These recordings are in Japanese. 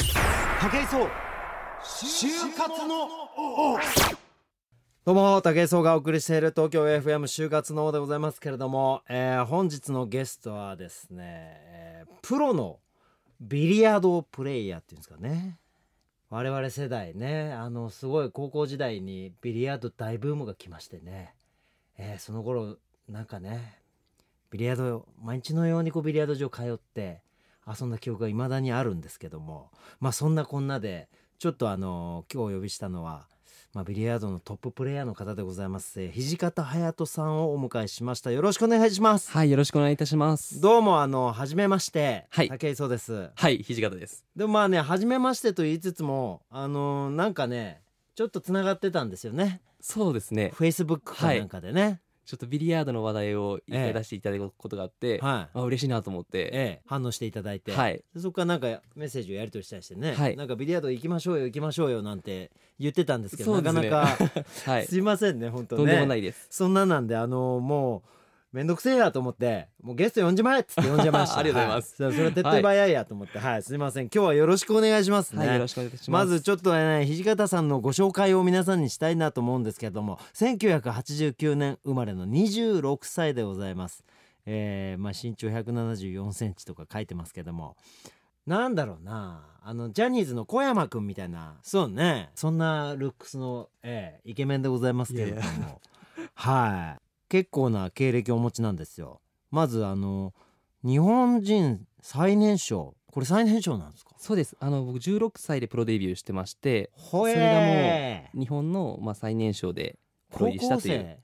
武井壮就活の王どうも武井壮がお送りしている東京 FM 就活の王でございますけれども、えー本日のゲストはですね、えープロのビリヤードプレイヤーっていうんですかね我々世代ねあのすごい高校時代にビリヤード大ブームが来ましてね、えーその頃なんかねビリヤード毎日のようにこうビリヤード場通って遊んだ記憶が未だにあるんですけどもまあそんなこんなでちょっとあの今日お呼びしたのは、まあ、ビリヤードのトッププレイヤーの方でございます、えー、土方隼人さんをお迎えしましたよろしくお願いしますはい、よろしくお願いいたします。どうもあの初めまして、はい武井壮ですはい、土方です。でもまあね初めましてと言いつつもあのーなんかねちょっとつながってたんですよねそうですね。フェイスブックかなんかでねちょっとビリヤードの話題を一ええ回出していただくことがあって、はい、あ嬉しいなと思って、ええ、反応していただいて、はい、でそこからなんかメッセージをやり取りしたりしてね、はいなんかビリヤード行きましょうよ行きましょうよなんて言ってたんですけど、そうでなすかねなか、 はい、すいませんね本当ねとんでもないです。そんななんであのもうめんどくせえやと思ってもうゲスト呼んじまえっつって呼んじゃいました ありがとうございますはそれは手っ取り早いやと思ってはい、すいません今日はよろしくお願いしますね、はい、よろしくお願いいたしま。ますずちょっとね土方さんのご紹介を皆さんにしたいなと思うんですけれども1989年生まれの26歳でございます、えーまあ、身長1 7 4センチとか書いてますけどもなんだろうなあのジャニーズの小山君みたいなそうねそんなルックスの、えーイケメンでございますけれどもいやはい結構な経歴をお持ちなんですよまずあの日本人最年少これ最年少なんですかそうです。あの僕16歳でプロデビューしてまして、ほえーそれがも日本のまあ最年少でプロ高入りした校という。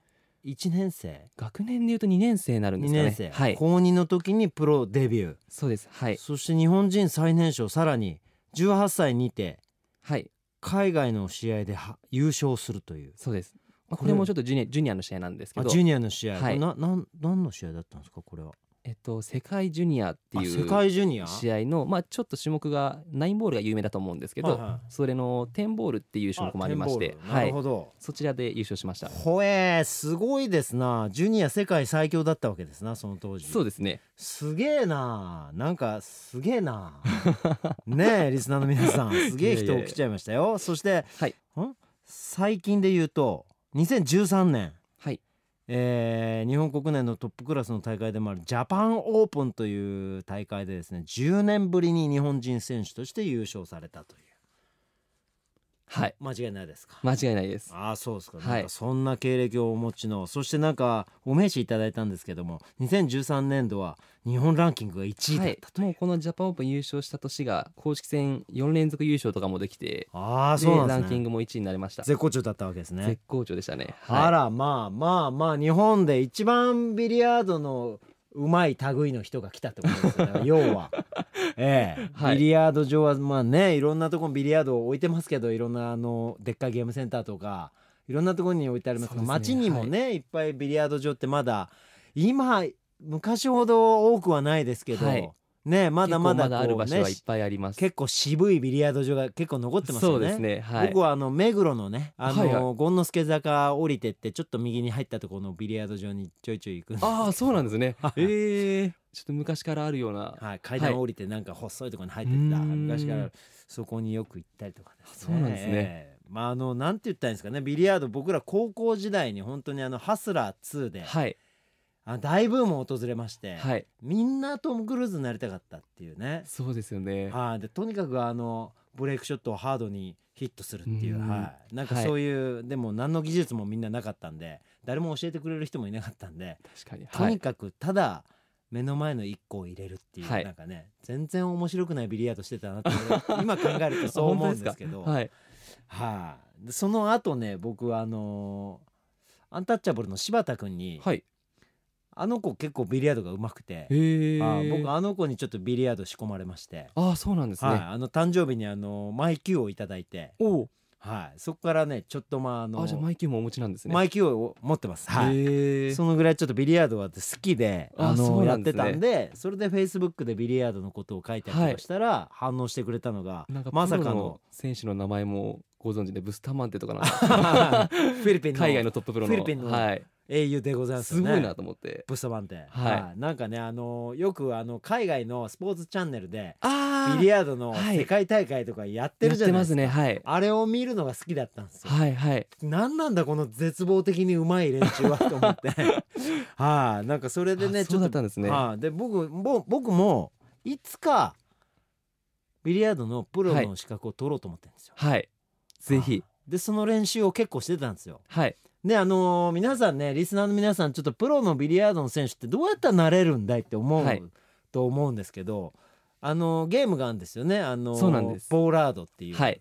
生1年生学年でいうと2年生になるんで2すかね。年生、はい、高2の時にプロデビュー、そうです。はい、そして日本人最年少さらに18歳にてはい、海外の試合では優勝するというそうです。まあここれれもちょっとジュニアジュニアの試合なんですけあど、ジュニアの試合、はいこれななん何の試合だったんですかこれはえっと世界ジュニアってあい世う界ジュニア試合のまあちょっと種目がナインボールが有名だと思うんですけど、はいはいそれのテンボールっていう種目もありましてテンボールはなるいほど、そちらで優勝しましたほえーすごいですなジュニア世界最強だったわけですなその当時そうですねすげえななんかすげえな ねえリスナーの皆さんすげえいや人いや来ちゃいましたよそして、はいん最近で言うと2013年、はいえー日本国内のトップクラスの大会でもあるジャパンオープンという大会でですね10年ぶりに日本人選手として優勝されたというはい間違いないですか間違いないですああそうですか,、はいなんかそんな経歴をお持ちのそしてなんかお名刺いただいたんですけども2013年度は日本ランキングが1位だったという、はい、もうこのジャパンオープン優勝した年が公式戦4連続優勝とかもできてああそうなラんンですキねングも1位になりました、絶好調だったわけですね絶好調でしたね、あはい、らまあまあまあ日本で一番ビリヤードのうまい類の人が来たってことですよね要 は、ええはいビリヤード場はまあねいろんなところにビリヤードを置いてますけどいろんなあのでっかいゲームセンターとかいろんなところに置いてありますけどそうです街ねにもね、い、っぱいビリヤード場ってまだ今昔ほど多くはないですけど、はいねままだまだまだあこるう場所ねはいっぱいあります結構渋いビリヤード場が結構残ってますよね。そうですねはい僕はあの目黒のねあの、はいは権之助坂降りてってちょっと右に入ったところのビリヤード場にちょいちょい行くんですああそうなんですね はいえー、ちょっと昔からあるような、はい、階段を降りてなんか細いところに入ってった、うーん昔からそこによく行ったりとかですあそうなんですねええまああのなんて言ったらいいんですかねビリヤード僕ら高校時代に本当にあのハスラー2で、はいあ大ブームを訪れまして、はいみんなトム・クルーズになりたかったっていうねそうですよねはい、でとにかくあのブレイクショットをハードにヒットするっていう、うんはい、なんかそういう、でも何の技術もみんななかったんで誰も教えてくれる人もいなかったんで確かにとはにいかくただ目の前の1個を入れるっていう、はいなんかね全然面白くないビリヤードしてたなって 今考えるとそう思うんですけどはいはいでその後ね僕はあのーアンタッチャブルの柴田君に、はいあの子結構ビリヤードがうまくて、へえあ僕あの子にちょっとビリヤード仕込まれまして。ああそうなんですね、はい、あの誕生日にあのマイキューをいただいて、おおはい、そこからねちょっとまああのあじゃあマイキーもお持ちなんですねマイキューを持ってます、はいへえそのぐらいちょっとビリヤードは好きでああそのうやなっんてですねたんでそれでフェイスブックでビリヤードのことを書いたりとかしたら、反応してくれたのがなんかままささかかのの選手の名前もご存知でブスタマンテとかなんか フィリピンの海外のトッププロのフィリピンのはい英雄でございますすよねごいなと思って。ブッサバンテ、はいなんかねあのよくあの海外のスポーツチャンネルであビリヤードのはい世界大会とかやってやるっじゃてないまですすか、ね。はい。あれを見るのが好きだったんですよはいはい。なんなんだこの絶望的にうまい連中はと思 ってはいなんかそれでねあそうだったんですねはいで僕も僕もいつかビリヤードのプロはのい資格を取ろうと思ってるんですよ、はい。ぜはいひ。でその練習を結構してたんですよはい。であのー皆さんねリスナーの皆さんちょっとプロのビリヤードの選手ってどうやったらなれるんだいって思う、はいと思うんですけどあのーゲームがあるんですよねあのーそうなんですボーラードっていう、はい。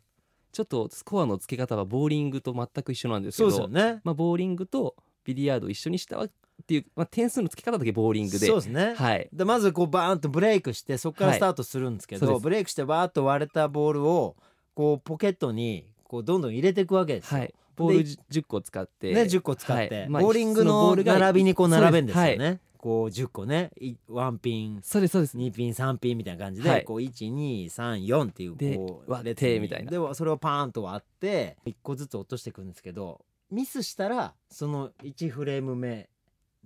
ちょっとスコアの付け方はボーリングと全く一緒なんですけそうど、ですよねまあボーリングとビリヤードを一緒にしたわっていう、まあ点数の付け方だけボーリングで。そうですね、はい。でまずこうバーンとブレイクしてそこからはいスタートするんですけど、そうですブレイクしてバーッと割れたボールをこうポケットにこうどんどん入れていくわけですよ、はい。ボールじ10個使って。ね、10個使って、はいまあボーリングそのボのールが並びにこう並べんですよそねうでこう10個ねいワンピンそうですそうです。 2ピン3ピンみたいな感じで、はいこう1234っていうでこう割って列にみたいなでそれをパーンと割って1個ずつ落としていくんですけどミスしたらその1フレーム目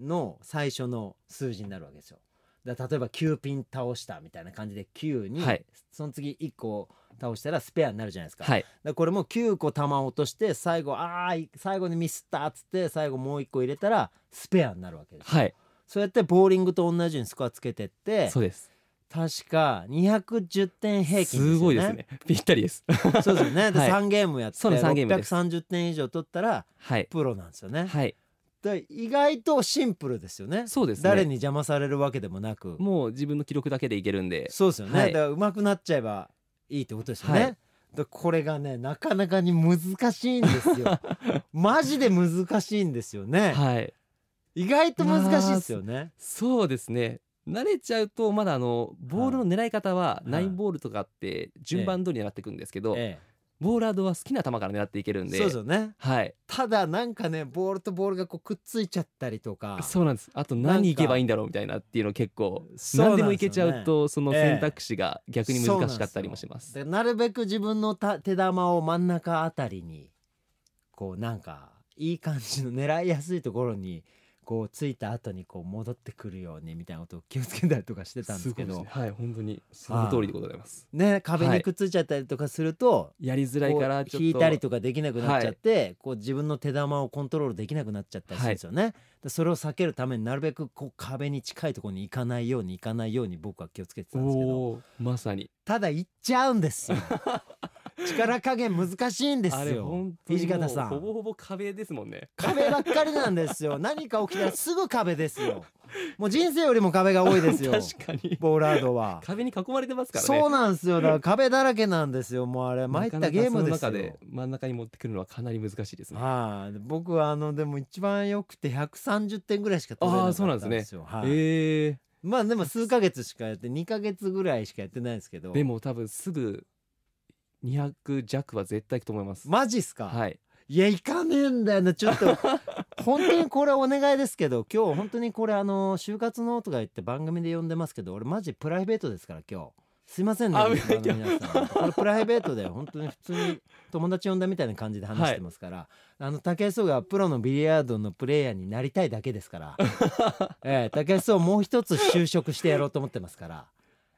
の最初の数字になるわけですよ。だから例えば9ピン倒したみたいな感じで9に、はいその次1個倒したらスペアになるじゃないですか。はい。だからこれも9個球を落として最後あーい最後にミスったっつって最後もう1個入れたらスペアになるわけです。はい。そうやってボーリングと同じようにスコアつけてってそうです。確か210点平均ですよね。すごいですね。ぴったりです。 そうですよ ね。で、はい3ゲームやってそうです3ゲームです630点以上取ったらはい。プロなんですよね。はい。で意外とシンプルですよね。そうですね。誰に邪魔されるわけでもなく。もう自分の記録だけでいけるんで。そうですよね。はいだから上手くなっちゃえばいいってことですよね。はいでこれがねなかなかに難しいんですよ マジで難しいんですよね、はい。意外と難しいですよねそうですね。慣れちゃうとまだあのボールの狙い方ははいナインボールとかあって順番通り狙っていくんですけど、えボーラードは好きな球から狙っていけるえんで。そうですよねはい。ただなんかねボールとボールがこうくっついちゃったりとかそうなんです。あとなんか何行けばいいんだろうみたいなっていうの結構そうなんですよね何でもいけちゃうとその選択肢が逆に難しかったりもします。でなるべく自分のた手玉を真ん中あたりにこうなんかいい感じの狙いやすいところにこうついた後にこう戻ってくるようにみたいなことを気をつけたりとかしてたんですけごいどですねはい本当にその通りでございます。ね壁にくっついちゃったりとかすると、やりづらいこうからちょっと引いたりとかできなくなっちゃって、こう自分の手玉をコントロールできなくなっちゃったりするんですよね、でそれを避けるためになるべくこう壁に近いところに行かないように行かないように僕は気をつけてたんですけどおーまさにただ行っちゃうん ですよ力加減難しいんですあれよ本当に土もう方さほぼんほぼ壁ですもんね。壁ばっかりなんですよ何か起きたらすぐ壁ですよもう人生よりも壁が多いですよ確かにボーラードは、壁に囲まれてますからね。そうなんですよだから壁だらけなんですよもうあれ参ったゲームでなすかよなかその中で真ん中に持ってくるのはかなり難しいですね。はい、僕はあのでも一番よくて130点ぐらいしか取れなかったんですよ。はいええまあでも数ヶ月しかやって2ヶ月ぐらいしかやってないですけど。でも多分すぐ200弱は絶対いくと思います。マジっすか、はい。い、や行かねえんだよなちょっ と本当にこれお願いですけど今日本当にこれあの就活のとか言って番組で呼んでますけど俺マジプライベートですから今日。すいませんね、あリスナーの皆さん。これプライベートで本当に普通に友達呼んだみたいな感じで話してます から、あの武井壮がプロのビリヤードのプレイヤーになりたいだけですから、ええ、武井壮もう一つ就職してやろうと思ってますから、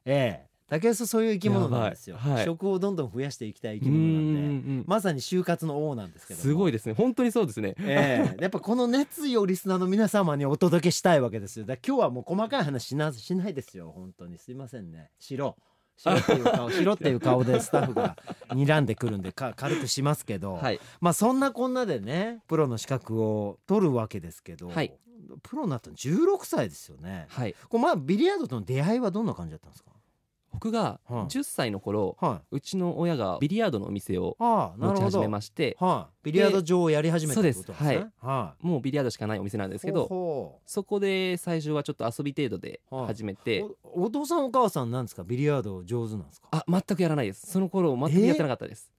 ええ、武井壮そういう生き物なんですよ、やばいはい職をどんどん増やしていきたい生きうんう物なんでんまさに就活の王なんですうけん。どすごいでですね。本当にそうですね。ええやっぱこの熱意をリスナーの皆様にお届けしたいわけですよだから今日はもう細かい話しなしないですよ本当にすいませんね白白っていう顔白っていう顔でスタッフが睨んでくるんでか軽くしますけど、はい。まあそんなこんなでねプロの資格を取るわけですけど、はいプロになったの16歳ですよねはい。これまあビリヤードとの出会いはどんな感じだったんですか僕がはい10歳の頃、はうちの親がビリヤードのお店をいああな持るちほ始どめまして、はい、ビリヤード場をやり始めたっそうてでこすとなんですね。はもうビリヤードしかないお店なんでですけど、ほそこで最初はちょっと遊び程度ではい始めうて、ほうおお父さんお母さんなんですかビリヤード上手なんですかあ全くやらないです。その頃全くやってなかったです。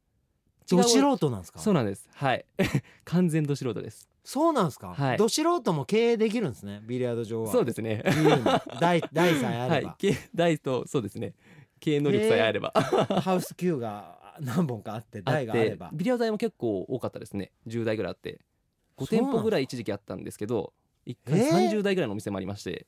違うど素人なんですかそうなんです。はい。 完全ど素人です。そうなんですか、はいど素人も経営できるんですねビリヤード場はそうですね。自由に 第第さえあはれいば。、経大とそうですね。経営能力さえあれば。ハウス級が何本かあって台があればビリヤード台も結構多かったですね。10台ぐらいあって。 5店舗ぐらい一時期あったんですけど1回30代ぐらいのお店もありまして、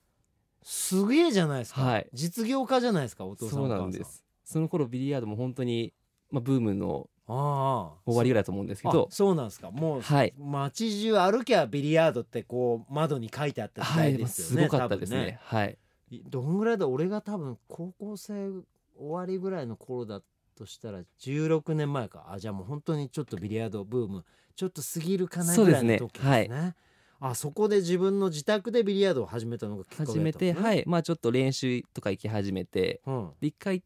すげえじゃないですか、はい実業家じゃないですかお父さんそうお母なさんですその頃ビリヤードも本当に、まあ、ブームのああ終わりぐらいだと思うんですけあどそうなんですかもう、はい街中歩きゃビリヤードってこう窓に書いてあった時は代いまであすすよね、ごかったですね多分はいいどんぐらいだ俺が多分高校生終わりぐらいの頃だとしたら16年前かあじゃあもう本当にちょっとビリヤードブームちょっと過ぎるかないぐらいのそう時でですすねはねいあそこで自分の自宅でビリヤードを始めたのがきっかけだった、始めて、はいいまあちょっと練習とか行き始めてうんで一回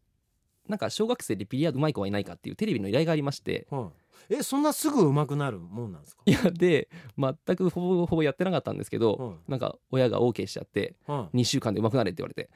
なんか小学生でビリヤードうまい子はいないかっていうテレビの依頼がありまして うん、えそんなすぐ上手くなるもんなんですかいやで全くほぼほぼやってなかったんですけど、うんなんか親が OK しちゃってうん、は2週間でうまく なれって言われて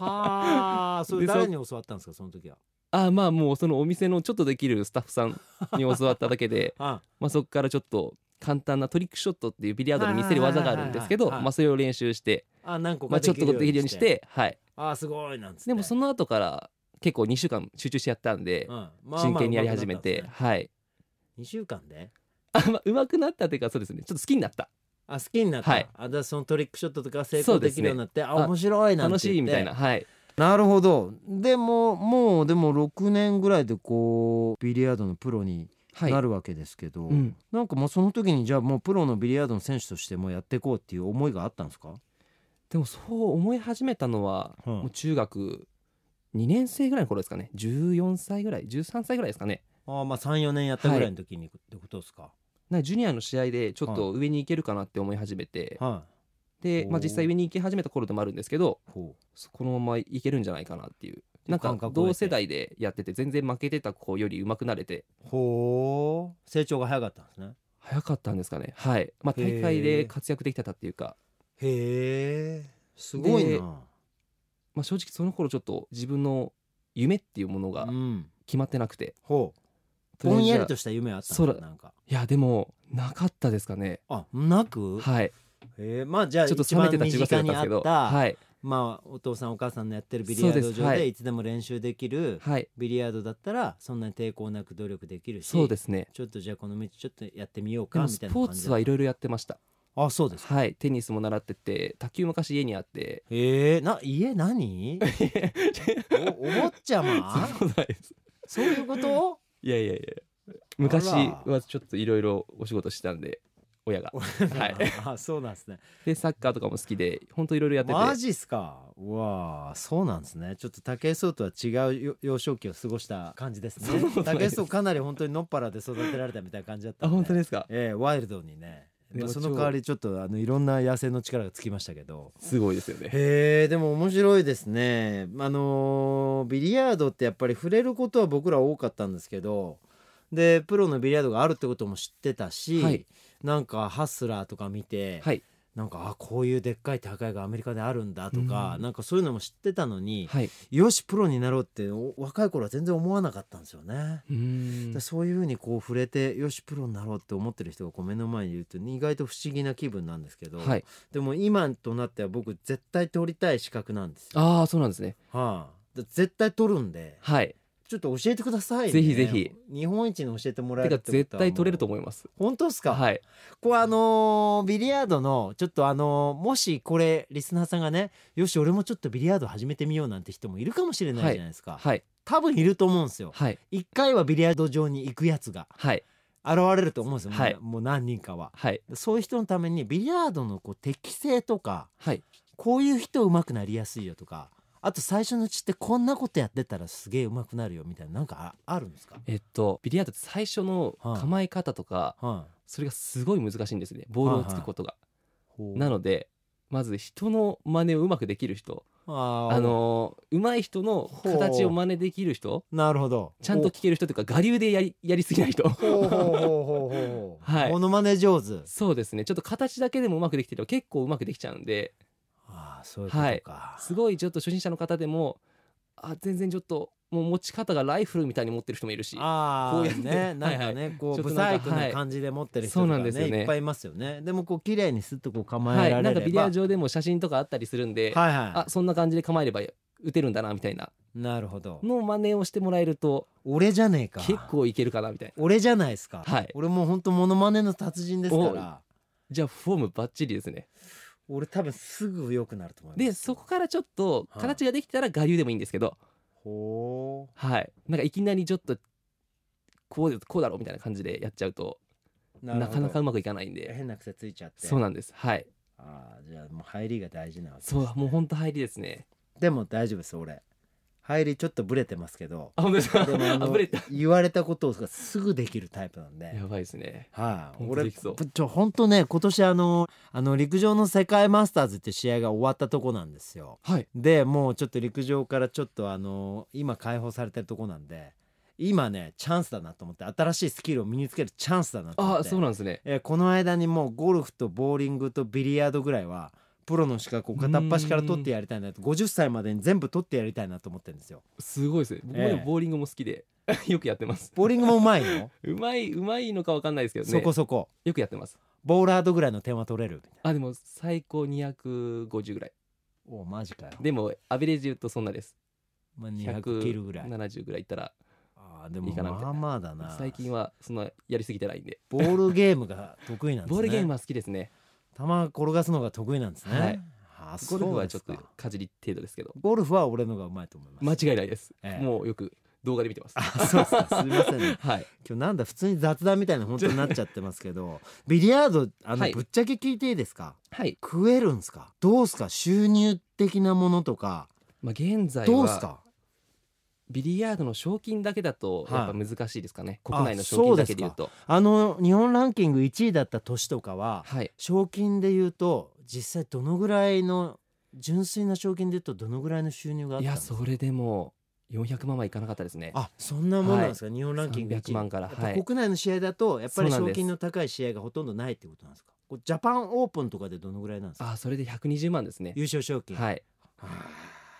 あそれで誰に教わったんですかその時はああまあもうそのお店のちょっとできるスタッフさんに教わっただけであまあそこからちょっと簡単なトリックショットっていうビリヤードに見せる技があるんですけどはいはいはいはいまあそれを練習して、あ何個まかあ、ちでょっきるとようできにるようにしてはいあすごいなんつってでもその後から結構2週間集中してやったんで、うんまあまあ真剣にやり始めて、上手くなったんですねはい二週間であまあ上手くなったというかそうですねちょっと好きになったあ好きになった、はいあだからそのトリックショットとか成功そうでですきねるようになって、ああ面白いなんて言って楽しいみたいなはいなるほどでももうでも6年ぐらいでこうビリヤードのプロにはいなるわけですけど、うんなんかもうその時にじゃあもうプロのビリヤードの選手としてもうやっていこうっていう思いがあったんですかでもそう思い始めたのは、うんもう中学2年生ぐらいの頃ですかね14歳ぐらい13歳ぐらいですかねああまあ34年やったぐらいの時にってことですか、なんかジュニアの試合でちょっと上に行けるかなって思い始めて、はで、まあ、実際上に行き始めた頃でもあるんですけどいほそこのままいけるんじゃないかなっていうなん感か覚を得て同世代でやってて全然負けてた子より上手くなれてうほう成長が早かったんですね早かったんですかねはい、まあ、へー大会で活躍できてたっていうか、へえすごいなまあ、正直その頃ちょっと自分の夢っていうものがうん決まってなくて、ほうりぼあんえずじゃやありとした夢あったそんうだだなんかいやでもなかったですかねあなく、はいえー、まあじゃあちょっ一と冷め番てた身中学生だ近にったんですあけっどた、はいまあお父さんお母さんのやってるビリヤードそうです場はでいいつでも練習できるはいビリヤードだったらそんなに抵抗なく努力できるしそうですねちょっとじゃあこの道ちょっとやってみようでかもみスたいなポ感ーじツはいろいろやってましたあそうですかはいテニスも習ってて卓球昔家にあってえー、な家 何おお坊ちゃまそうなんですそういうこといやいやいや昔あらはちょっといろいろお仕事してたんで親が はい あそうなんですねでサッカーとかも好きで本当いろいろやっててマジっすかうわあそうなんですねちょっと武井壮とは違うよ幼少期を過ごした感じですねそうなん武です井壮かなり本当にのっぱらで育てられたみたいな感じだったあんで本当ですかええワイルドにね、でまあ、もその代わりちょっとあのいろんな野生の力がつきましたけどすごいですよねへえでも面白いですねあのービリヤードってやっぱり触れることは僕ら多かったんですけどでプロのビリヤードがあるってことも知ってたし、はいなんかハスラーとか見て、はいなんかあこういうでっかい大会がアメリカであるんだとか、なんかそういうのも知ってたのに、はいよしプロになろうってお若い頃は全然思わなかったんですよね。うーんでそういうふうにこう触れてよしプロになろうって思ってる人がこう目の前にいるって意外と不思議な気分なんですけど、はいでも今となっては僕絶対取りたい資格なんですよ。ああそうなんですねはあ、で絶対取るんではいちょっと教えてくださいね。ぜひぜひ日本一に教えてもらえてるかってこと絶はもう対取れると思います本当ですか、はいこうあのービリヤードのちょっとあのーもしこれリスナーさんがねよし俺もちょっとビリヤード始めてみようなんて人もいるかもしれないじゃないですか、はい多分いると思うんですよはい一回はビリヤード場に行くやつがはい現れると思うんですよ、はいもう何人かははいそういう人のためにビリヤードのこう適性とかはいこういう人上手くなりやすいよとかあと最初のうちってこんなことやってたらすげえ上手くなるよみたいななんかああるんですか、えっとビリヤードって最初の構え方とかはそれがすごい難しいんですねボールをつくことがい、なのでまず人の真似をうまくできる人あーあのーうまい人の形を真似できる人なるほどちゃんと聞ける人というか我流でやり やりすぎない人ほうほうほうほうほうはいモノマネ上手そうですねちょっと形だけでもうまくできてれば結構うまくできちゃうんでああそういうことか、すごいちょっと初心者の方でもあ全然ちょっともう持ち方がライフルみたいに持ってる人もいるしあこあうやってねなんかはいねこうちょブっとなサんかイクな感じで持ってる人そとうかなんねですよねいっぱいいますよねでもこう綺麗にスッとこう構はえい、られなんかれビリば、ヤード場でも写真とかあったりするんで、はいはいあそんな感じで構えれば打てるんだなみたいななるほどの真似をしてもらえると俺じゃねえか結構いけるかなみたいな俺じゃないですか、はい俺もうほんとモノマネの達人ですからじゃあフォームバッチリですね俺多分すぐ良くなると思いますでそこからちょっとはい形ができたら我流でもいいんですけどほはいなんかいきなりちょっとこうでこうだろうみたいな感じでやっちゃうとうなかなかうままくいかないんで変な癖ついちゃってそうなんですはいあーじゃあもう入りが大事なわけそうもうほんと入りですねでも大丈夫です俺入りちょっとブレてますけ どあ本当ですかでもあのあぶれた言われたことをすぐできるタイプなんでやばいですねはい、ほんと俺できそうちょ本当ね今年あのあの陸上の世界マスターズって試合が終わったとこなんですよはいでもうちょっと陸上からちょっとあの今解放されてるとこなんで今ねチャンスだなと思って新しいスキルを身につけるチャンスだなと思っあてあそうなんですねえーこの間にもうゴルフとボーリングとビリヤードぐらいはプロの資格を片っ端から取ってやりたいなと50歳までに全部取ってやりたいなと思ってるんですよすごいですね僕もええでもボーリングも好きで よくやってますボーリングもうま いの、うまいうまいのかわかんないですけどねそこそこよくやってますボーラードぐらいの点は取れるみたいなあでも最高250ぐらいおうマジかよでもアベレージ言うとそんなですまあ、200切るぐらい170ぐらいいったらあーでもいいかなみたいまなあまあだな最近はそんなやりすぎてないんでボールゲームが得意なんですねボールゲームは好きですね球転がすのが得意なんですね、はいあーゴルフはそうちですょっとかかじり程度ですけどゴルフは俺のがうまいと思います間違いないです、ええもうよく動画で見てますあ そうですかすみませんねはい今日なんだ普通に雑談みたいな本当になっちゃってますけ どビリヤードあの、はいぶっちゃけ聞いていいですかはい、食えるんすかどうすか収入的なものとかまあ、現在どうすはかビリヤードの賞金だけだとはいやっぱ難しいですかね、あ国内の賞金だけで言うとあの日本ランキング1位だった年とかははい賞金で言うと実際どのぐらいの純粋な賞金で言うとどのぐらいの収入があっいたんやですかそれでも400万はいかなかったですねあそんなものなんですか、日本ランキング1 300位万からやっぱはい国内の試合だとやっぱりそうなん賞です金の高い試合がほとんどないってことなんですかこれジャパンオープンとかでどのぐらいなんですかあそれで120万ですね優勝賞金はい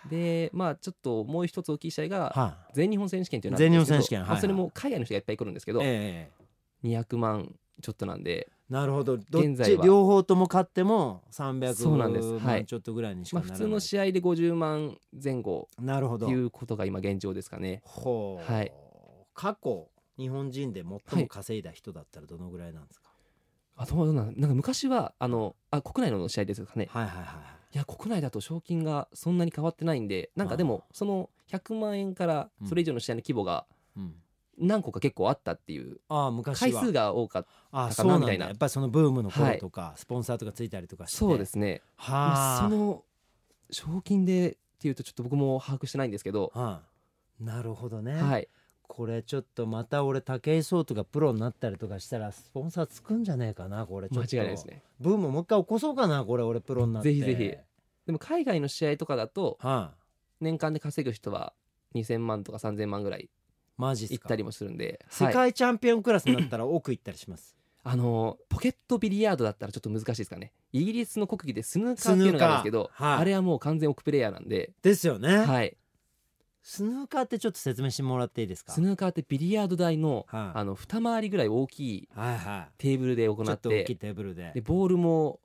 でまあちょっともう一つ大きい試合がは全日本選手権というのがあるんですけど全日本選手権はいまあそれも海外の人がいっぱい来るんですけいど、ええ200万ちょっとなんで、なるほどどっ現在ちは両方とも勝っても300そうなんですはい万ちょっとぐらいにしかまあ、なら普ない、通の試合で50万前後なるほってどいうことが今現状ですかねほう、はい過去日本人で最も稼いだ人だったらどのぐらいなんですか、あどうなんなんか昔はあのあ国内の試合ですかねはい、はいはいはいいや国内だと賞金がそんなに変わってないんでなんかでもその100万円からそれ以上の試合の規模がうん何個か結構あったっていうああ昔回は数が多かったああ高そなうなんだみたやいなっぱりそのブームの頃とか、スポンサーとかついたりとかしてそうですねまあはあその賞金でっていうとちょっと僕も把握してないんですけどはいなるほどね、はいこれちょっとまた俺武井壮とかプロになったりとかしたらスポンサーつくんじゃねえかなこれちょ間っ違といないですねブームもう一回起こそうかなこれ俺プロになってぜひぜひでも海外の試合とかだとはい、年間で稼ぐ人は2000万とか3000万ぐらいマジっす行っかたりもするんで、世はい、界チャンピオンクラスになったら奥行ったりします、あのーポケットビリヤードだったらちょっと難しいですかねイギリスの国技でスヌーカーっていうのがあるんですけスヌどー、カーはいあれはもう完全オクプレイヤーなんで、ですよね、はい、スヌーカーってちょっと説明してもらっていいですかスヌーカーってビリヤード台の,、はいあの2回りぐらい大きいはいはテーブルで行いちょっっと大きいてテーブルででボールも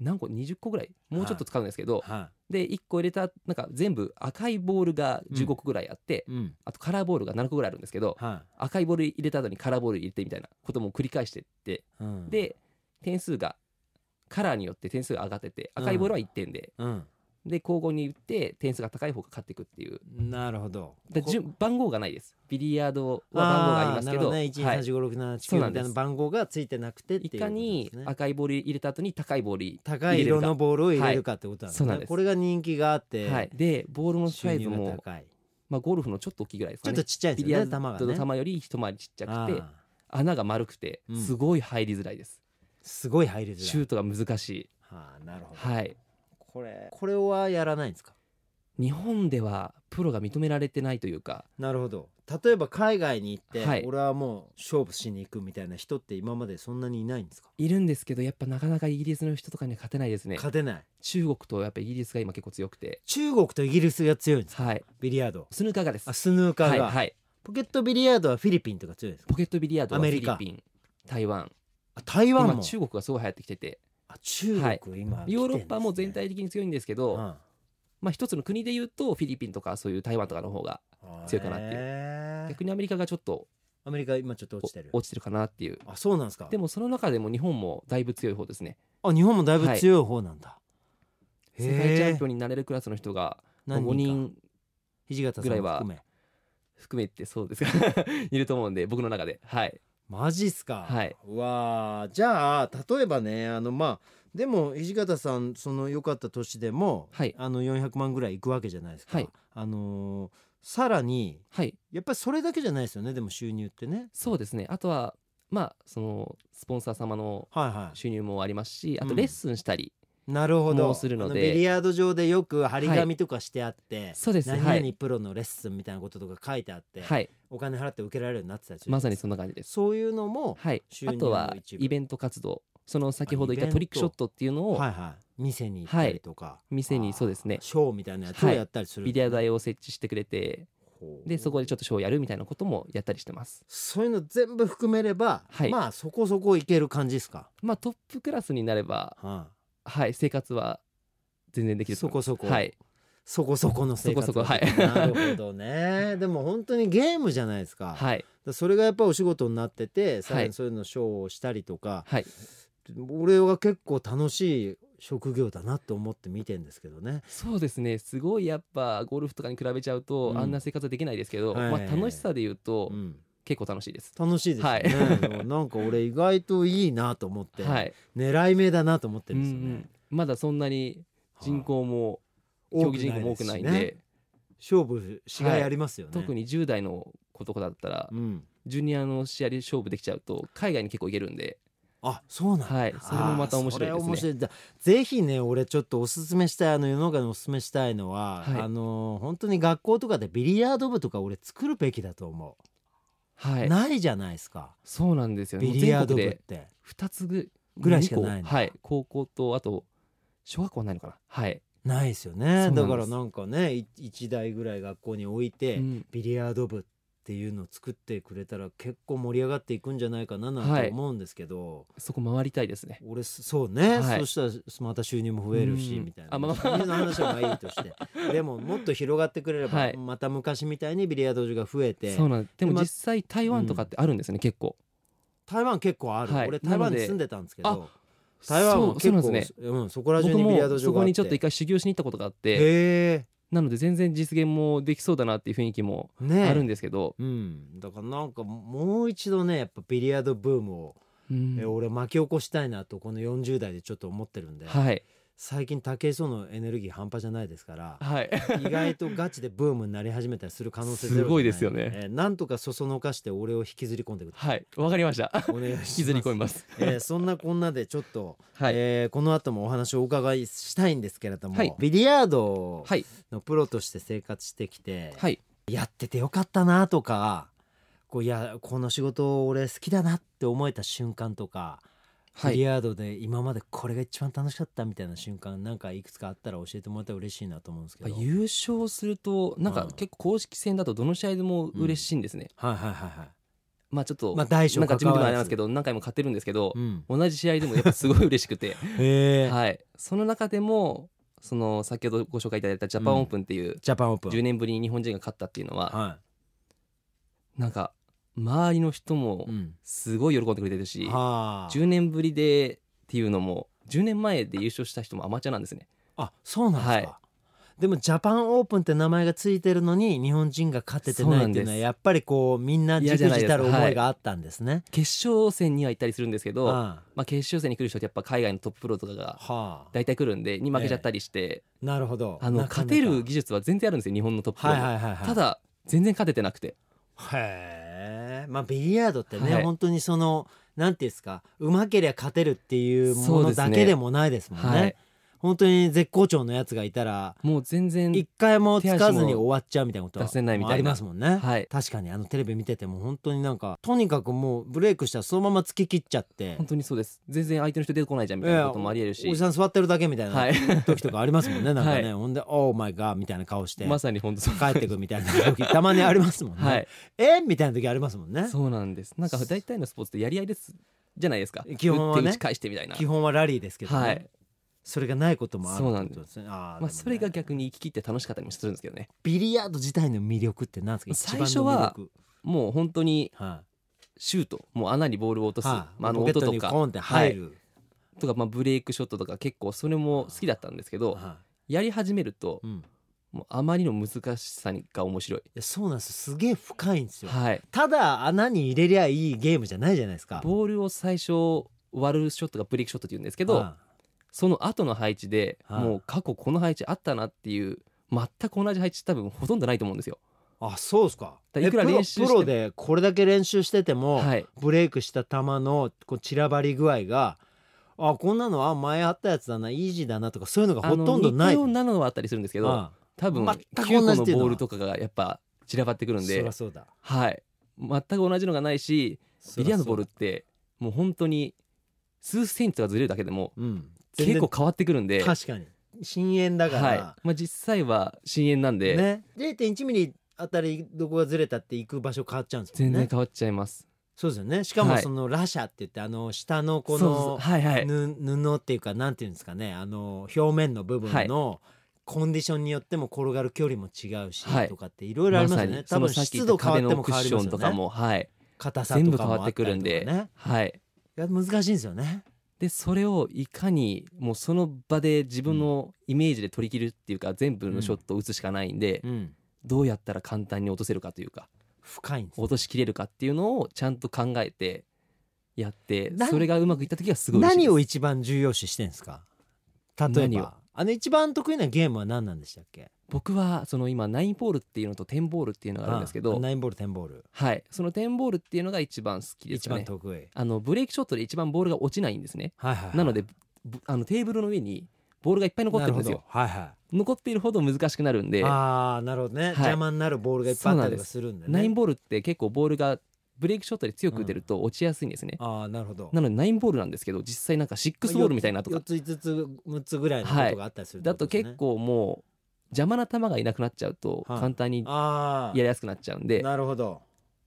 何個20個ぐらいもうちょっと使うんですけど、はで1個入れたなんか全部赤いボールが15個ぐらいあって、い、うんあとカラーボールが7個ぐらいあるんですけど、は赤いボール入れた後にカラーボール入れてみたいなことも繰り返してっていうん、で点数がカラーによって点数が上がってて赤いボールは1点で、うん、で交互に打って点数が高い方が勝っていくっていうなるほどだこ順番号がないですビリヤードは番号がありますけーなるほどね、1、は2、3、い、 4、5、6、7、そう8、9みなんたでいすな番号がついてなくてっていうこいとかです、ね、に赤いボール入れた後に高いボール高い色のボールを入れるかってことなんですね、はいそうなんですこれが人気があって、はい、でボールのサ収イ入ズがも、高いまあ、ゴルフのちょっと大きいぐらいですちょかっねとちっちゃいでビすリヤよねー球がドのね球より一回りちっちゃくてあー穴が丸くてうんすごい入りづらいです、すごい入りづらいシュートが難しい、はあなるほど、はい、これこれはやらないんですか日本ではプロが認められてないというかなるほど例えば海外に行って、はい俺はもう勝負しに行くみたいな人って今までそんなにいないんですかいるんですけどやっぱなかなかイギリスの人とかには勝てないですね勝てない中国とやっぱイギリスが今結構強くて中国とイギリスが強いんですかはいビリヤードスヌーカーがですあスヌーカはーい、が、はい、ポケットビリヤードはフィリピンとか強いですかポケットビリヤードはアフメィリリカピン台湾あ台湾今も中国がすごい流行ってきててあ中国、はい今来てんですねヨーロッパも全体的に強いんですけど、うんまあ、一つの国で言うとフィリピンとかそういう台湾とかの方が強いかなっていうへー逆にアメリカがちょっとアメリカ今ちょっとお落ちてる落ちてるかなっていうあそうなんですかでもその中でも日本もだいぶ強い方ですねあ日本もだいぶ強い方なんだ、世界チャンピオンンになれるクラスの人が何人か5人土方さんも含め含めてそうですか いると思うんで僕の中ではいマジっすか、はい、わあじゃあ例えばねあのまあでも土方さんその良かった年でも、はいあの400万ぐらいいくわけじゃないですか、はいあのーさらにはいやっぱりそれだけじゃないですよねでも収入ってねそうですねあとはまあそのスポンサー様のはいは収入もありますしあうとんレッスンしたり、いなるほどもうするのであビリヤード場でよく張り紙とかしてあって、そうですね何は々い、プロのレッスンみたいなこととか書いてあって、はい、お金払って受けられるようになってたじゃないまさでにすかそんな感じですそういうのも、はい収あ入のとは一部イベント活動その先ほど言っあイベンたトトリックショットっていうのをはいはい、店に行ったりとか、店あーにそうですねショーみたいなやつをやったりするんビですデね、オ台を設置してくれてほうでそこでちょっとショーをやるみたいなこともやったりしてますそういうの全部含めれば、はいまあそこそこいける感じですか、まあトップクラスになればははい生活は全然できると思いますそこそこはいい、そこそこの生活そこそこはいなるほど ねでも本当にゲームじゃないですか,、はいそれがやっぱお仕事になっててさらにそういうのショーをしたりとか、はい俺は結構楽しい職業だなと思って見てんですけどねそうですねすごいやっぱゴルフとかに比べちゃうと、うんあんな生活はできないですけど、はいまあ、楽しさで言うと、うん結構楽しいです楽しいですよね、はいでもなんか俺意外といいなと思って、はい、狙い目だなと思ってうるんんうですよね、ん、まだそんなに人口も、はい競技人口も多くないんで多くないで勝負しがいありますよね、特に10代の子とかだったら、うん、ジュニアの試合で勝負できちゃうと海外に結構行けるんであそうなんだ、はいそれもまた面白いですねあーそれ面白いだぜひね俺ちょっとおすすめしたいあの世の中におすすめしたいのは、はいあのー本当に学校とかでビリヤード部とか俺作るべきだと思う、はいないじゃないですかそうなんですよねビもうリヤー全ド国部っでて2つぐぐらいしかない二の個はい高校とあと小学校はないのかなはい、ないですよそうなねんですだからなんかねい一台ぐらい学校に置いて、うんビリヤード部っていうのを作ってくれたら結構盛り上がっていくんじゃないかななんはてい思うんですけど、そこ回りたいですね俺そそうね、はいそしたらまた収入も増えるしうんみたいなあまあま収あ入の話はまあいいとして でももっと広がってくれれば、はいまた昔みたいにビリヤード場が増えてそうなんでもま実際台湾とかってあるんですよね、結構台湾結構ある、はい俺なので台湾に住んでたんですけあど台湾もそうそ結う構なんそですねうん、そこら中僕にビリヤードも場がそあこってにちょっと一回修行しに行ったことがあってへなので全然実現もできそうだなっていう雰囲気もえねえあるんですけど、うん、だからなんかもう一度ねやっぱビリヤードブームを、うんえ俺巻き起こしたいなとこの40代でちょっと思ってるんで、はい最近武井壮のエネルギー半端じゃないですからはい意外とガチでブームになり始めたりする可能性すごいですよねゼロじゃないのでえーなんとかそそのかして俺を引きずり込んでください。はいわかりましたお願いしま 引す。きずり込みますえーそんなこんなでちょっと、はい、えーこの後もお話をお伺いしたいんですけれども、はいビリヤードはいのプロとして生活してきて、はいやっててよかったなとかこういやこの仕事俺好きだなって思えた瞬間とか、はビリいヤードで今までこれが一番楽しかったみたいな瞬間なんかいくつかあったら教えてもらったら嬉しいなと思うんですけど。はい優勝するとなんうかん結構公式戦だとどの試合でも嬉しいんですね、はいはいはい。まあちょっと、まあ大小なんか自分でもあ関わらずれなんですけど何回も勝ってるんですけどう、ん。同じ試合でもやっぱすごい嬉しく て、へえ。はい、その中でもその先ほどご紹介いただいたジャパンオープンっていうジャパンオープン。 10年ぶりに日本人が勝ったっていうのは、はなんか周りの人もい。うん。すごい喜んでくれてるし、はあ。 10年ぶりでっていうのも10年前で優勝した人もアマチュアなんですねあ、そうなんですか。はいでもジャパンオープンって名前がついてるのに日本人が勝ててないっていうそうのなはんですやっぱりこうみんなじくじたる思いがあったんですね。決勝戦には行ったりするんですけど、はまあ、決勝戦に来る人ってやっぱ海外のトッププロとかあ、がはあ、大体来るんでに負けちゃったりして、なるほど。あのなかな勝かてる技術は全然あるんですよ日本のトッププロはも、いはいはいはい。ただ全然勝ててなくてへえ。まあビリヤードってね、はい本当にそのなんていうんですか、うまけりゃ勝てるっていうもそうのですねだけでもないですもんね。はい本当に絶好調のやつがいたらもう全然一回もつかずに終わっちゃうみたいなことは出せないみたいなありますもんね、はい確かにあのテレビ見てても本当になんかとにかくもうブレイクしたらそのまま突き切っちゃって本当にそうです全然相手の人出てこないじゃんみたいなこともありえるし、おじさん座ってるだけみたいはいな時とかありますもんね、 なんかね、はいほんで「オーマイガー」みたいな顔してまさに本 当そう帰ってくみたいな 時たまにありますもんね、はいえみたいな時ありますもんねそうなんですなんか大体のスポーツってやり合いですじゃないですか基本はね打って打ち返してみたいな基本はラリーですけどね、はいそれがないこともあるそうなっんてでこすとですね。あーまあ、でもねそれが逆に行き切って楽しかったりもするんですけどねビリヤード自体の魅力って何ですか一番の最初は魅力もう本当にはシュートもう穴にボールを落といす、はまあ、あいのポケッ音トとにかコンって入る。とか、まあ、ブレイクショットとか結構それも好きだったんですけどはやり始めるというんいもうあまりの難しさが面白い。やそうなんですすげえ深いんですよ。はい、ただ穴に入れりゃいいゲームじゃないじゃないですか。ボールを最初割るショットがブレイクショットって言うんですけど、はその後の配置で、はいもう過去この配置あったなっていう全く同じ配置多分ほとんどないと思うんですよ。いあそうですか。だからいくらえプロ練習してもプロでこれだけ練習してても、はい、ブレイクした球のこう散らばり具合があこんなのあ前あったやつだなイージーだなとかそういうのがほとんどない。あの似たようなのはあったりするんですけど、あ多分全く同じ9個のっていうのはボールとかがやっぱ散らばってくるあんそりでゃ、そうだ。はい、全く同じのがないしビリヤードボールってもう本当に数センチがずれるだけでもうん、結構変わってくるんで、は確かに深淵だいから、まあ、実際は深淵なんで、ね、0.1ミリあたりどこがずれたって行く場所変わっちゃうんですもん全ね然変わっちゃいます。そうですよねしかもはいそのラシャって言ってあの下のこそうそうそうのはいはいぬ布っていうかなんていうんですかねあの表面の部分のコンディションによっても転がる距離も違うしはいとかっていろいろありますよね、ま多さ分にそのさっき湿言度っ変たわっ壁てのもク変ッわりシまョすンとよかねも、はい、硬さとか全も部変わってくるんあで、ったりとかねはい、いや難しいんですよねでそれをいかにもうその場で自分のイメージで取り切るっていうか全部のショットを打つしかないんで、うんどうやったら簡単に落とせるかというか深いんです落としきれるかっていうのをちゃんと考えてやって何それがうまくいった時はすごい嬉しいです何を一番重要視してんですか例え何をばあの一番得意なゲームは何なんでしたっけ僕はその今ナインボールっていうのとテンボールっていうのがあるんですけあどナインボールテンボール、はいそのテンボールっていうのが一番好きです一か番ね得意あのブレーキショットで一番ボールが落ちないんですねはいはいはいなのでぶあのテーブルの上にボールがいっぱい残ってるんですよなほどはいは残っているほど難しくなるんいでああなるほどね、い邪魔になるボールがいっぱいあったりとかするんでねナインボールって結構ボールがブレーキショットで強く打てると落ちやすいんですね、ああなるほどなのでナインボールなんですけど実際なんかシックスボールみたいなとか4つ5つ6つぐらいのことがあったりするってだことですね、結構もう邪魔な球がいなくなっちゃうとはい簡単にやあありやすくなっちゃうんで、なるほど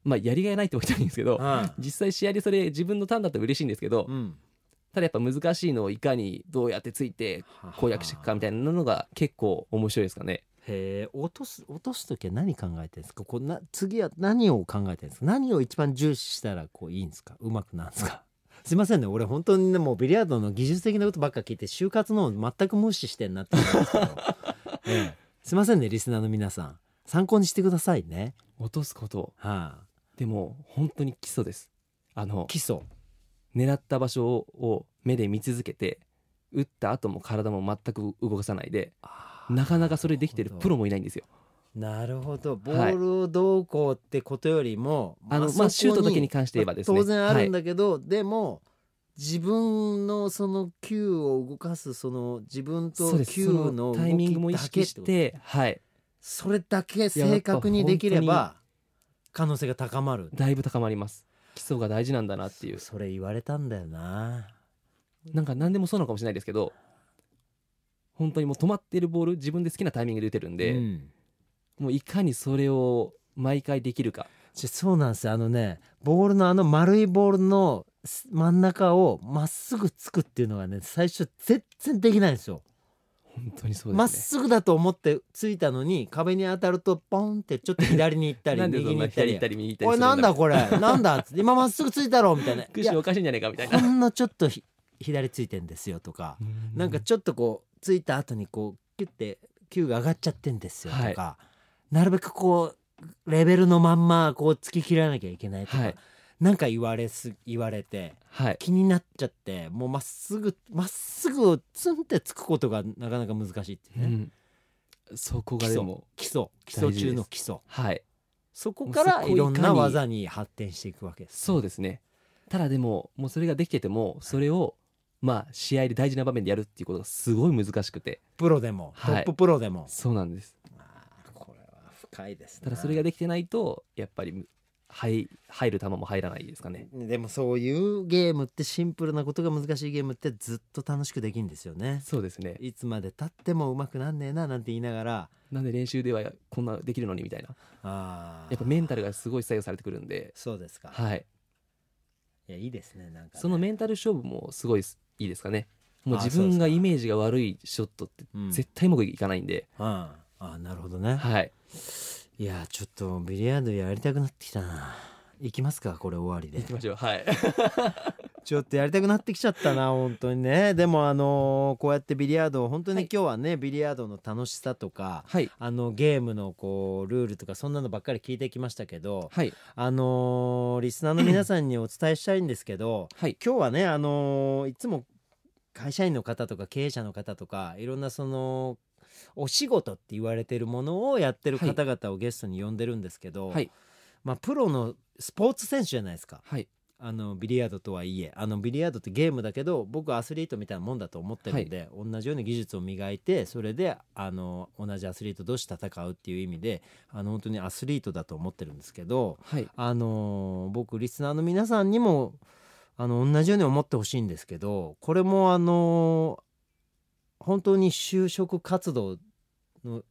まあやりがいないってわけじゃないんですけどは実際試合でそれ自分のターンだと嬉しいんですけどうんただやっぱ難しいのをいかにどうやってついて攻略していくかみいたいなのが結構面白いですかね。なへえ落とす落とす時は何考えてるんですかこうな次は何を考えてるんですか何を一番重視したらこういいんですかうまくなんですか すいませんね俺本当にねもうビリヤードの技術的なことばっか聞いて就活の方全く無視してんなって思うんですけど、ええすいませんねリスナーの皆さん参考にしてくださいね落とすことはでも本当に基礎です。あのい、基礎狙った場所を目で見続けて打った後も体も全く動かさないでなかなかそれできてるプロもいないんですよ。なるほどボはいールをどうこうってことよりも、あのそまこあシュートだけに関して言えばですね当然あるんだけど、でも自分のその球を動かすその自分そうとです球そののタイミング動も意きだけ識ってこしとてはいそれだけ正確にできれば可能性が高まるだいぶ高まります基礎が大事なんだなっていうそれ言われたんだよななんか何でもそうなのかもしれないですけど本当にもう止まってるボール自分で好きなタイミングで打てるんで、うんもういかにそれを毎回できるかじゃそうなんですよあのねボールのあの丸いボールのす真ん中をまっすぐつくっていうのがね最初全然できないんですよ本当にそうまっですすぐだと思ってついたのに壁に当たるとポンってちょっと左に行ったねなりんで右そにん行なった左り行ったり右行ったりおいするなんんだだこれなんだっつって今まっすぐついたろみ たいないくしやおかしいんじゃねえかみたいほなんのちょっとひ左ついてんですよとか なんかちょっとこうついた後にこうキュッて球が上がっちゃってんですよとか、なるべくこうレベルのまんまこう突き切らなきゃいけないとか、はいなんか言われす言われてはい気になっちゃってもうまっすぐまっすぐをツンってつくことがなかなか難しいっていううね。んそこがでも基礎基礎大事です中の基礎はいそこからそこをいかにいろんな技に発展していくわけですそうですねただでももうそれができててもそれをまあ試合で大事な場面でやるっていうことがすごい難しくてプロでもトはいッププロでも、そうなんですあーこれは深いですねただそれができてないとやっぱりむ入入る球も入らないですかねでもそういうゲームってシンプルなことが難しいゲームってずっと楽しくできるんですよねそうですねいつまで経ってもうまくなんねえななんて言いながらなんで練習ではこんなできるのにみたいなあーやっぱメンタルがすごい作用されてくるんでそうですかはいいやいいですねなんかねそのメンタル勝負もすごいすいいですかねもうあ自そ分うですかがイメージが悪いショットってうん絶対うまくいかないんで、ああなるほどね、はいい、やちょっとビリヤードやりたくなってきたな行きますかこれ終わりで行きましょうはいちょっとやりたくなってきちゃった な本当にねでもあのーこうやってビリヤードを本当はにい今日はね、ビリヤードの楽しさとかはいあのゲームのこうルールとかそんなのばっかり聞いてきましたけどはいあのーリスナーの皆さんにお伝えしたいんですけどはい今日はねあのーいつも会社員の方とか経営者の方とかいろんなそのお仕事って言われてるものをやってる方々をゲストに呼んでるんですけど、はいまあ、プロのスポーツ選手じゃないですかはいあのビリヤードとはいえあのビリヤードってゲームだけど僕はアスリートみたいなもんだと思ってるんで、同じように技術を磨いてそれであの同じアスリート同士戦うっていう意味であの本当にアスリートだと思ってるんですけど、はいあのー僕リスナーの皆さんにもあの同じように思ってほしいんですけどこれもあのー本当に就職活動の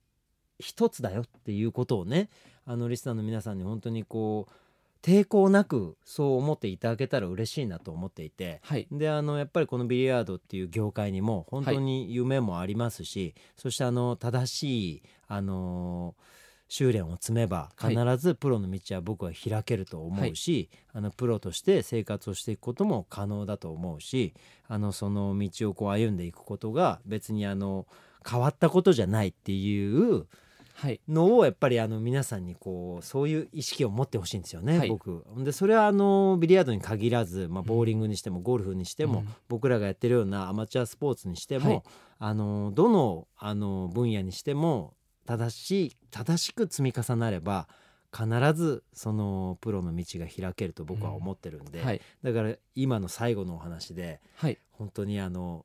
一つだよっていうことをねあのリスナーの皆さんに本当にこう抵抗なくそう思っていただけたら嬉しいなと思っていて。はいであのやっぱりこのビリヤードっていう業界にも本当に夢もありますし、そしてあの正しいあの修練を積めばは必いずプロの道は僕は開けると思うし、あのプロとして生活をしていくことも可能だと思うしあのその道をこう歩んでいくことが別にあの変わったことじゃないっていうはいのをやっぱりあの皆さんにこうそういう意識を持ってほしいんですよね、はい僕。でそれはあのビリヤードに限らず、まあ、ボーリングにしてもゴルフにしても、うん僕らがやってるようなアマチュアスポーツにしても、はいあのどのあの分野にしても正しい正しく積み重なれば必ずそのプロの道が開けると僕は思ってるんで、はいだから今の最後のお話ではい本当にあの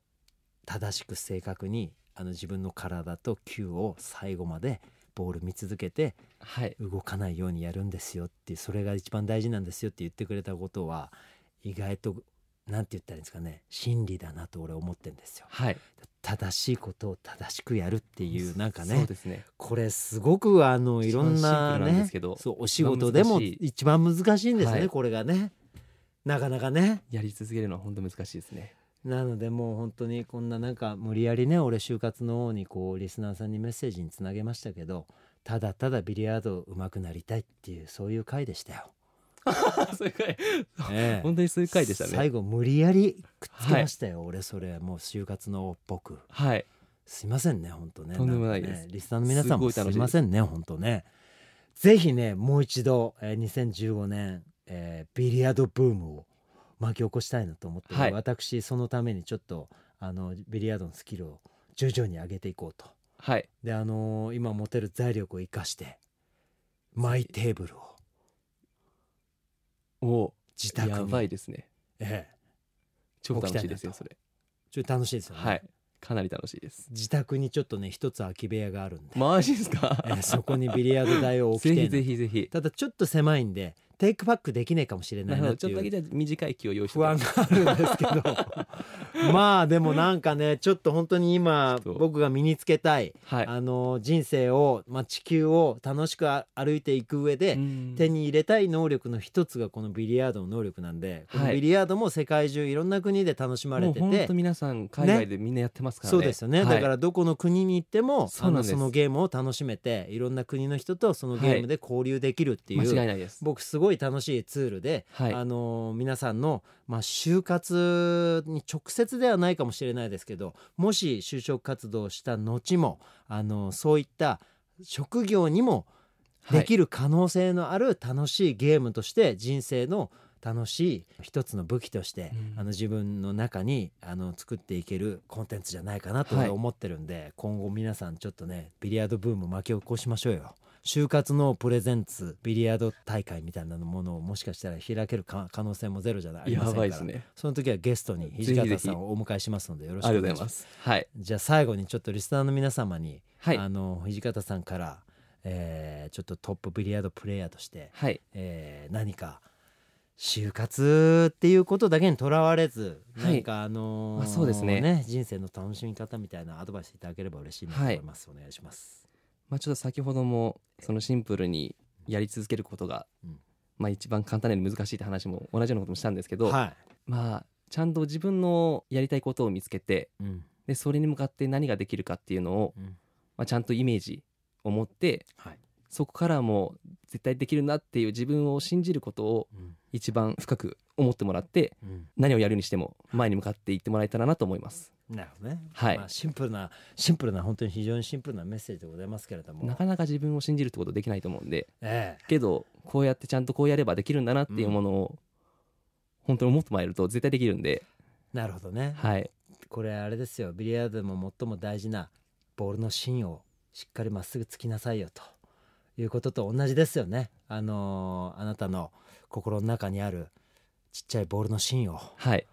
正しく正確にあの自分の体と球を最後までボール見続けてはい動かないようにやるんですよっていうそれが一番大事なんですよって言ってくれたことは意外となんて言ったらいいんですかね真理だなと俺思ってんですよ。はい正しいことを正しくやるっていうなんかそうねですねこれすごくあのいろんな一番シンプルなんでねすけどそうお仕事でも一番難しい一番難しいんですね、はいこれがねなかなかね。やり続けるのは本当難しいです ねなのでもう本当にこんななんか無理やりね俺就活の王にこうリスナーさんにメッセージにつなげましたけどただただビリヤード上手くなりたいっていうそういう回でしたよ。そういう回え本当にそういう回でしたね最後無理やりくっつけましたよ、俺それもう就活の王っぽくはいすいませんね本当ねとんでもないですんかねリスナーの皆さんもすすごい楽いしいでますせんね本当ねぜひねもう一度、えー2015年、えービリヤードブームを巻き起こしたいなと思って、はい私そのためにちょっとあのビリヤードのスキルを徐々に上げていこうとはいであのー今持てる財力を生かしてマイテーブルをお自宅にやばいですねええ超楽しいですよ置きそれちょっと楽しいですよね、はいかなり楽しいです自宅にちょっとね一つ空き部屋があるんで、マジですかええそこにビリヤード台 を置きぜてえなひとぜひぜひただちょっと狭いんでテイクバックできねえかもしれなないるほなどってちょっいとだけうじゃ短い気を用意して不安があるんですけど まあでもなんかねちょっと本当に今ちょっと僕が身につけたい、はいあの人生を、まあ、地球を楽しくあ歩いていく上で、うん手に入れたい能力の一つがこのビリヤードの能力なんで、こはのいビリヤードも世界中いろんな国で楽しまれもうて本て当皆さん海ね外でみんなやってますからねそうですよね、はいだからどこの国に行ってもそそうなんのですそのゲームを楽しめていろんな国の人とそのゲームで交流できるっていう、間違いないです僕すごい楽しいツールで、はいあのー皆さんの、まあ、就活に直接ではないかもしれないですけどもし就職活動した後も、あのーそういった職業にもできる可能性のある楽しいゲームとして人生の楽しい一つの武器として、うんあの自分の中にあの作っていけるコンテンツじゃないかなとはい思ってるんで、今後皆さんちょっとねビリヤードブーム巻き起こしましょうよ。就活のプレゼンツビリヤード大会みたいなものをもしかしたら開けるか可能性もゼロじゃないありませやんからばいですねその時はゲストにひぜひ土方さんをお迎えしますのでよろしくありおが願いとうごしざいまますすはいじゃあ最後にちょっとリスナーの皆様に、はいあの土方さんから、えーちょっとトップビリヤードプレイヤーとして、はいえー何か就活っていうことだけにとらわれず、はいなんかあのーあそうですね人生の楽しみ方みたいなアドバイスいただければ嬉しいなと思います、お願いします。まあちょっと先ほどもそのシンプルにやり続けることがうんまあ一番簡単で難しいって話も同じようなこともしたんですけどはまあちゃんと自分のやりたいことを見つけてうんでそれに向かって何ができるかっていうのを、うんまあ、ちゃんとイメージを持ってはいそこからもう絶対できるなっていう自分を信じることをうん一番深く思ってもらってうん何をやるにしても前に向かっていってもらえたらなと思います。なるほどね、はいまあ、シンプルなシンプルな本当に非常にシンプルなメッセージでございますけれどもなかなか自分を信じるってことできないと思うんでええけどこうやってちゃんとこうやればできるんだなっていうものを本当に思ってもらえると絶対できるんで、なるほどね、はい、これあれですよビリヤードでも最も大事なボールの芯をしっかりまっすぐ突きなさいよということと同じですよねあのーあなたの心の中にあるちっちゃいボールの芯をはい、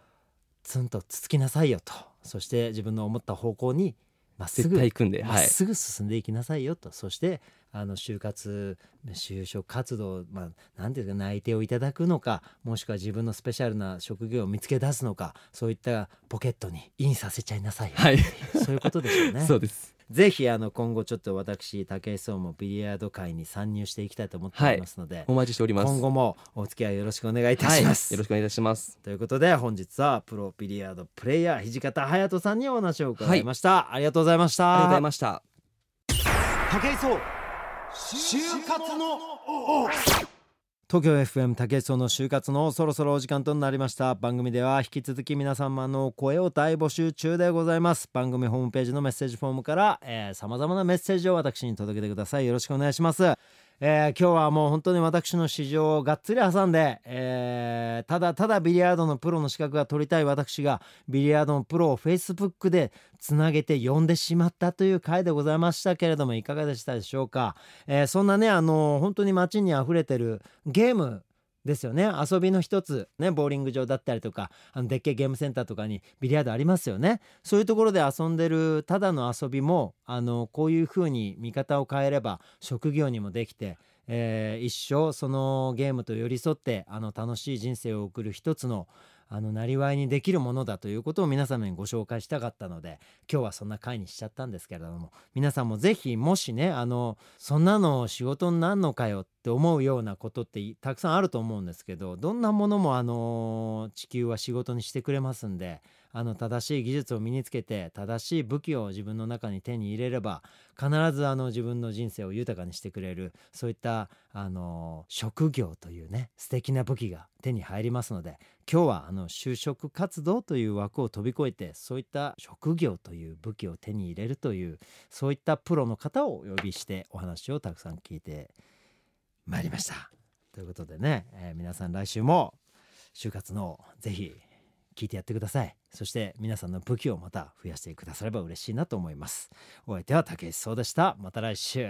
ツンとつつきなさいよとそして自分の思った方向にまっす絶ぐ対行くんで、まっはい、すぐ進んでいきなさいよとそしてあの就活就職活動、まあ、なんていうか内定をいただくのかもしくは自分のスペシャルな職業を見つけ出すのかそういったポケットにインさせちゃいなさいよ、はい、そういうことでしょうね そうです。ぜひあの今後ちょっと私武井壮もビリヤード界に参入していきたいと思っておりますので、お待ちしております。今後もお付き合いよろしくお願いいたします。はい、よろしくお願いいたします。ということで本日はプロビリヤードプレイヤー土方隼人さんにお話を伺いました、ありがとうございましたありがとうございました。武井壮就活の王東京 FM 竹磯の就活のそろそろお時間となりました番組では引き続き皆様の声を大募集中でございます番組ホームページのメッセージフォームからさまざまなメッセージを私に届けてくださいよろしくお願いします、えー今日はもう本当に私の市場をがっつり挟んで、えーただただビリヤードのプロの資格が取りたい私がビリヤードのプロを Facebook でつなげて呼んでしまったという回でございましたけれどもいかがでしたでしょうか、えーそんなねあの本当に街にあふれてるゲームですよね遊びの一つねボーリング場だったりとかあのでっけえゲームセンターとかにビリヤードありますよねそういうところで遊んでるただの遊びもあのこういう風に見方を変えれば職業にもできて、えー一生そのゲームと寄り添ってあの楽しい人生を送る一つのあのなりわいにできるものだということを皆様にご紹介したかったので今日はそんな回にしちゃったんですけれども皆さんもぜひもしねあのそんなの仕事になんのかよって思うようなことっていたくさんあると思うんですけどどんなものもあの地球は仕事にしてくれますんであの正しい技術を身につけて正しい武器を自分の中に手に入れれば必ずあの自分の人生を豊かにしてくれるそういったあの職業というね素敵な武器が手に入りますので今日はあの就職活動という枠を飛び越えてそういった職業という武器を手に入れるというそういったプロの方をお呼びしてお話をたくさん聞いてまいりました。ということでね、えー皆さん来週も就活のぜひ聞いてやってください。そして皆さんの武器をまた増やしてくだされば嬉しいなと思います。お相手は竹井壮でした。また来週。